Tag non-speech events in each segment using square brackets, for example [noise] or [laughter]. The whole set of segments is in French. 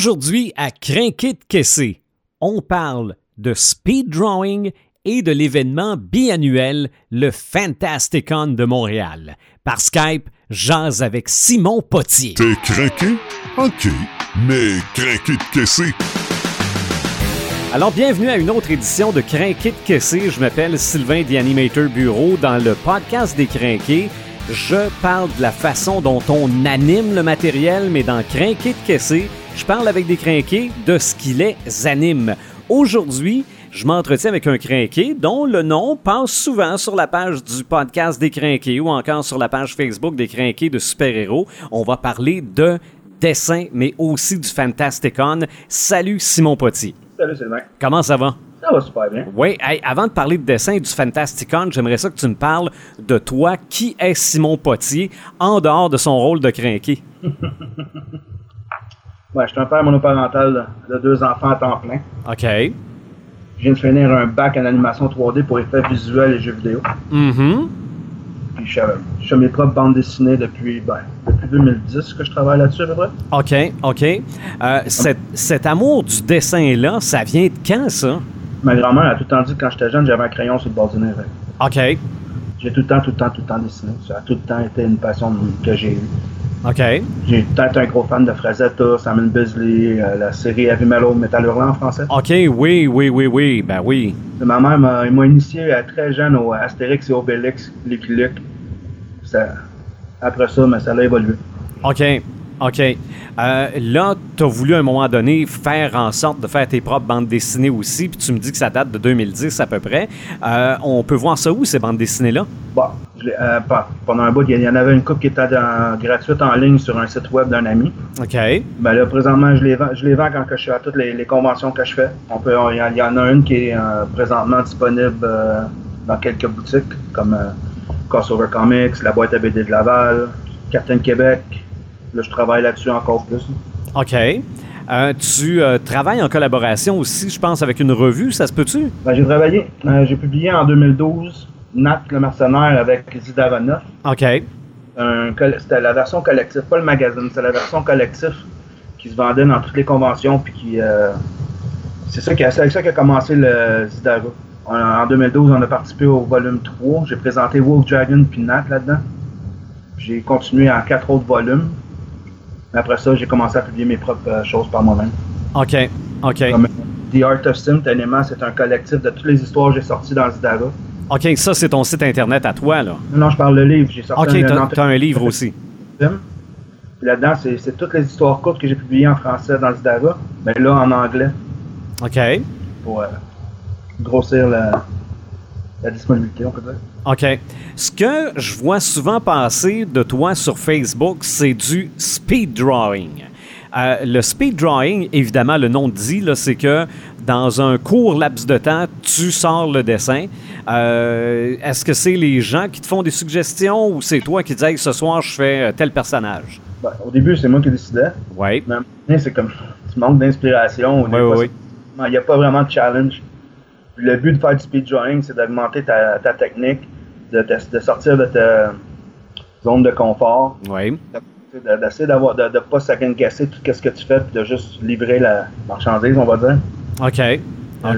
Aujourd'hui, à Crinquet de Kessé, on parle de speed drawing et de l'événement biannuel, le Fantasticon de Montréal. Par Skype, jase avec Simon Potier. T'es craqué? OK. Mais craqué de caissé? Alors, bienvenue à une autre édition de Crinquet de Kessé. Je m'appelle Sylvain The Animator Bureau. Dans le podcast des Crinquets, je parle de la façon dont on anime le matériel, mais dans Crinquet de Kessé, je parle avec des crinqués de ce qui les anime. Aujourd'hui, je m'entretiens avec un crinqué dont le nom passe souvent sur la page du podcast des crinqués ou encore sur la page Facebook des crinqués de super-héros. On va parler de dessin, mais aussi du Fantasticon. Salut Simon Potier. Salut Sylvain. Comment ça va? Ça va super bien. Oui, hey, avant de parler de dessin et du Fantasticon, j'aimerais ça que tu me parles de toi. Qui est Simon Potier en dehors de son rôle de crinqué? Ouais, je suis un père monoparental de deux enfants à temps plein. OK. Je viens de finir un bac en animation 3D pour effets visuels et jeux vidéo. Mhm. Puis je, je fais mes propres bandes dessinées depuis, ben, depuis 2010 que je travaille là-dessus à peu près. OK, OK. Euh, cet, cet amour du dessin-là, ça vient de quand, ça? Ma grand-mère a tout le temps dit que quand j'étais jeune, j'avais un crayon sur le bord du nez. Fait que OK, J'ai tout le temps, tout le temps, tout le temps dessiné. Ça a tout le temps été une passion de- que j'ai eue. OK. J'ai peut-être un gros fan de Frazetta, Simon Bisley, euh, la série Heavy Metal, Metal Hurlant en français. OK, oui, oui, oui, oui, ben oui. Ma mère m'a elle m'a initié à très jeune au Astérix et Obélix, Lucky Luke. Ça- après ça, mais ça l'a évolué. OK, OK. Euh, là, t'as voulu à un moment donné faire en sorte de faire tes propres bandes dessinées aussi, puis tu me dis que ça date de 2010 à peu près. Euh, on peut voir ça où, ces bandes dessinées-là? Bon, je l'ai- euh, pas- pendant un bout, il y en avait une coupe qui était dans- gratuite en ligne sur un site web d'un ami. OK, Ben là, présentement, je les vends, je les vends quand que je suis à toutes les, les conventions que je fais. On peut, on- il y en- il y en a une qui est euh, présentement disponible euh, dans quelques boutiques, comme euh, Crossover Comics, la boîte à BD de Laval, Captain Québec. Là, je travaille là-dessus encore plus. OK. Euh, tu euh, travailles en collaboration aussi, je pense, avec une revue, ça se peut-tu? Ben, j'ai travaillé, euh, j'ai publié en 2012 Nat le mercenaire avec Zidavana. OK, Un coll- C'était la version collective, pas le magazine, c'était la version collective qui se vendait dans toutes les conventions. Puis qui, euh, c'est ça qui a- c'est avec ça qu'a commencé le Zidava. On- en 2012, on a participé au volume 3. J'ai présenté Wolf Dragon puis Nat là-dedans. J'ai continué en quatre autres volumes. Après ça, j'ai commencé à publier mes propres euh, choses par moi-même. OK, OK. Comme The Art of Sim, tellement c'est un collectif de toutes les histoires que j'ai sorties dans Zidava. OK, ça, c'est ton site internet à toi, là. Non, non, je parle de livre. J'ai sorti OK, un- t'as un t'as un livre aussi. film. Puis Là-dedans, c'est c'est toutes les histoires courtes que j'ai publiées en français dans Zidava, mais là en anglais OK. pour euh, grossir la, la disponibilité, on peut dire. OK. Ce que je vois souvent passer de toi sur Facebook, c'est du speed drawing. Euh, le speed drawing, évidemment, le nom le dit, là, c'est que dans un court laps de temps, tu sors le dessin. Euh, Est-ce que c'est les gens qui te font des suggestions ou c'est toi qui dis Hey, ce soir, je fais euh, tel personnage? Ben, au début, c'est moi qui décidais, Oui. mais à un moment donné, c'est comme tu manques d'inspiration. ou des Oui, oui, fois, oui. c'est- non, Il n'y a pas vraiment de challenge. Puis le but de faire du speed drawing, c'est d'augmenter ta, ta technique, de, te- de sortir de ta zone de confort, Oui. de- d'essayer d'avoir de ne pas second-guesser tout ce que tu fais, puis de juste livrer la marchandise, on va dire. OK. OK.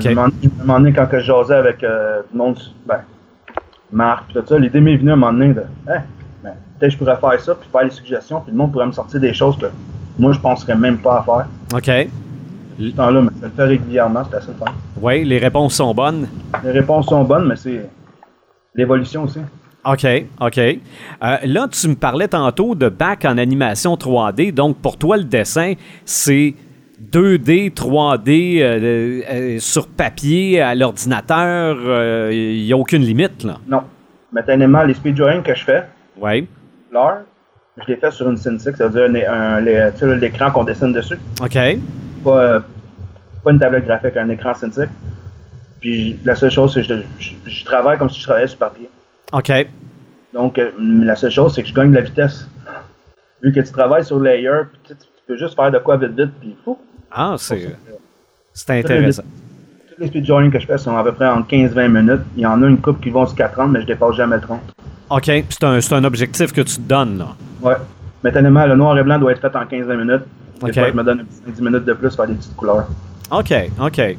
Je me demandais- je me demandais quand que je jasais avec euh, le monde, du- ben, Marc, pis tout ça, l'idée m'est venue à un moment donné de, Hey, ben, peut-être que je pourrais faire ça, puis faire les suggestions, puis le monde pourrait me sortir des choses que moi je penserais même pas à faire. OK. Ce temps-là, mais je le fais régulièrement, c'est assez le fun. Oui, les réponses sont bonnes. Les réponses sont bonnes, mais c'est l'évolution aussi. OK, OK. Euh, là, tu me parlais tantôt de bac en animation 3D. Donc, pour toi, le dessin, c'est 2D, 3D, euh, euh, sur papier, à l'ordinateur. Il n'y a aucune limite, là. Non. Maintenant, les speedrunnings que je fais, Oui. l'heure, je les fais sur une Sin 6, c'est-à-dire un- un- les- tu sais, l'écran qu'on dessine dessus. OK. pas, euh, pas une tablette graphique, un écran synthétique. Puis la seule chose, c'est que je, je- je travaille comme si je travaillais sur papier. OK. Donc, euh, la seule chose, c'est que je gagne de la vitesse. Vu que tu travailles sur layer, puis tu, tu peux juste faire de quoi vite, vite, puis fou. Ah, c'est c'est intéressant. Tous les speedrunnings que je fais sont à peu près en 15-20 minutes. Il y en a une coupe qui vont jusqu'à 30, mais je dépasse jamais le 30. OK. puis C'est un, c'est un objectif que tu te donnes, là. Ouais. Maintenant, le noir et blanc doit être fait en 15-20 minutes. Des Ok. fois, je me donne un petit 10 minutes de plus pour faire des petites couleurs. OK, OK.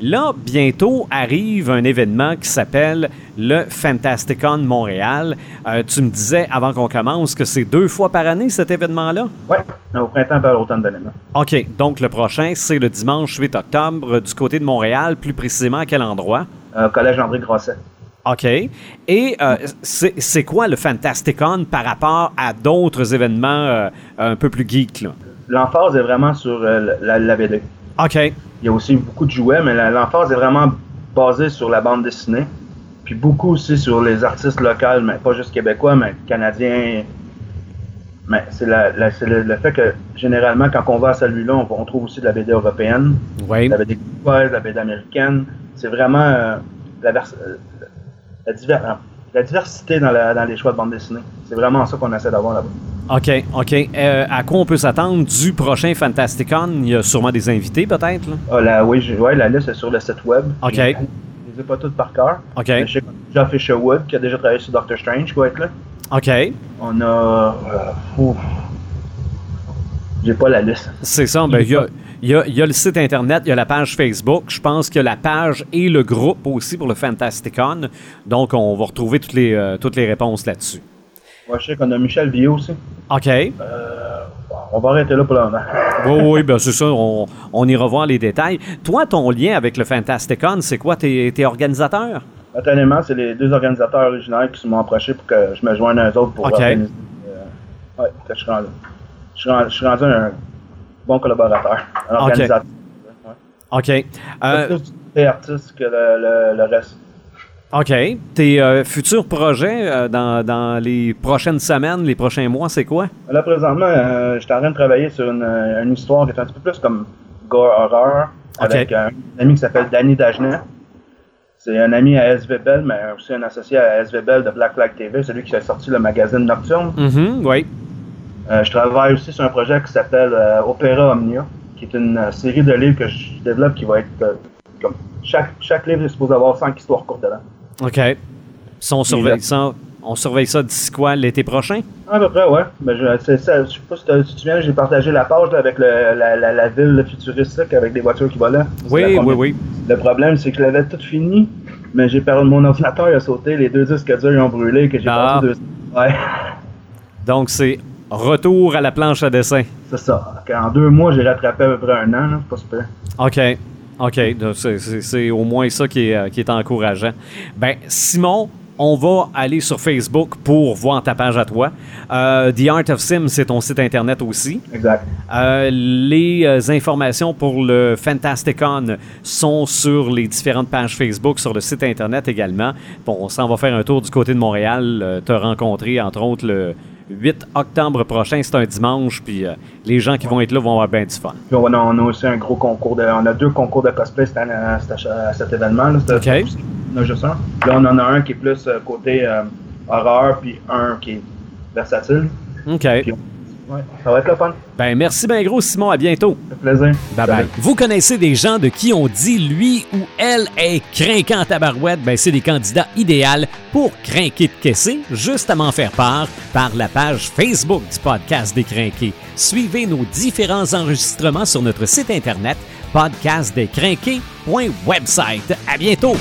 Là, bientôt arrive un événement qui s'appelle le Fantasticon Montréal. Euh, tu me disais avant qu'on commence que c'est deux fois par année cet événement-là? Ouais, au printemps par l'automne de hein. l'événement. OK, donc le prochain, c'est le dimanche 8 octobre euh, du côté de Montréal, plus précisément à quel endroit? Euh, collège André Grosset. OK. Et euh, c'est c'est quoi le Fantasticon par rapport à d'autres événements euh, un peu plus geeks? là? L'emphase est vraiment sur euh, la, la BD. OK, Il y a aussi beaucoup de jouets, mais la- l'emphase est vraiment basée sur la bande dessinée. Puis beaucoup aussi sur les artistes locaux, mais pas juste québécois, mais canadiens. Mais c'est la- la- c'est le, le fait que généralement, quand on va à celui-là, on, on trouve aussi de la BD européenne, oui. de la BD québécoise, de la BD américaine. C'est vraiment euh, la, vers- euh, la diver- euh, la diversité dans, la- dans les choix de bande dessinée. C'est vraiment ça qu'on essaie d'avoir là-bas. OK, OK. Euh, à quoi on peut s'attendre du prochain Fantasticon? Il y a sûrement des invités, peut-être? là? Ah, la, oui, j'ai- ouais, la liste est sur le site web. Ok. Je ne les ai pas toutes par cœur. Euh, OK, Ben, Je sais qu'on a déjà Fisherwood qui a déjà travaillé sur Doctor Strange qui va être là. OK. On a. euh, ouf. J'ai pas la liste. C'est ça. ben, Il y, a, il y a- il y a le site Internet, il y a la page Facebook. Je pense que la page et le groupe aussi pour le Fantasticon. Donc, on va retrouver toutes les, euh, toutes les réponses là-dessus. Ouais, je sais qu'on a Michel Villot aussi. OK. Oui, On va arrêter là pour le moment. [laughs] oui, ben, c'est ça. On, on ira voir les détails. Toi, ton lien avec le Fantasticon, c'est quoi? T'es t'es organisateur? Honnêtement, c'est les deux organisateurs originaires qui se m'ont approché pour que je me joigne à eux autres pour Ok. organiser. euh, ouais, que je suis rendu. Je suis rendu, je suis rendu un bon collaborateur, un Ok. organisateur. Ouais. OK. Euh, Plus du côté artiste que le, le- le reste. OK. Tes euh, futurs projets euh, dans, dans les prochaines semaines, les prochains mois, c'est quoi? Là, présentement, euh, je suis en train de travailler sur une, euh, une histoire qui est un petit peu plus comme gore horror Ok. avec un ami qui s'appelle Danny Dagenet. C'est un ami à SV Bell, mais aussi un associé à SV Bell de Black Flag TV, celui qui a sorti le magazine Nocturne. Mhm, oui. Euh, je travaille aussi sur un projet qui s'appelle euh, Opéra Omnia, qui est une euh, série de livres que je développe qui va être euh, comme chaque, chaque livre est supposé avoir 5 histoires courtes dedans. OK. Ça, on surveille ça, on surveille ça d'ici quoi l'été prochain? À peu près, ouais. Mais je, c'est ça, je sais pas si, t'as- si tu viens, j'ai partagé la page là, avec le- la, la- la ville futuristique avec des voitures qui volaient. C'est la Oui, oui, première- oui. Le problème, c'est que je l'avais tout fini, mais j'ai perdu mon ordinateur, il a sauté, les deux disques durs ils ont brûlé, que j'ai Ah. perdu deux. Ouais, [laughs] Donc, c'est retour à la planche à dessin. c'est ça. En deux mois, j'ai rattrapé à peu près un an, là, c'est pas super. OK. OK. Donc, c'est- C'est c'est au moins ça qui est, euh, qui est encourageant. Ben, Simon, on va aller sur Facebook pour voir ta page à toi. Euh, The Art of Sim, c'est ton site Internet aussi. Exact. Euh, les euh, informations pour le Fantasticon sont sur les différentes pages Facebook, sur le site Internet également. Bon, on s'en va faire un tour du côté de Montréal, euh, te rencontrer entre autres le 8 octobre prochain, c'est un dimanche, puis euh, les gens qui vont être là vont avoir bien du fun. Puis on a, on a aussi un gros concours de. On a deux concours de cosplay cette année à, cet ach- à cet événement. Là, C'était- Ok. On a juste un. Là, on en a un qui est plus euh, côté euh, horreur, puis un qui est versatile. OK. Ouais, ça va être le fun. Ben, merci bien gros, Simon. À bientôt. Ça fait plaisir. Salut. Vous connaissez des gens de qui on dit lui ou elle est crinquant à tabarouette, ben c'est des candidats idéaux pour crinquer de caisser, juste à m'en faire part par la page Facebook du podcast des crinqués. Suivez nos différents enregistrements sur notre site internet podcastdescrinqués.website. À bientôt.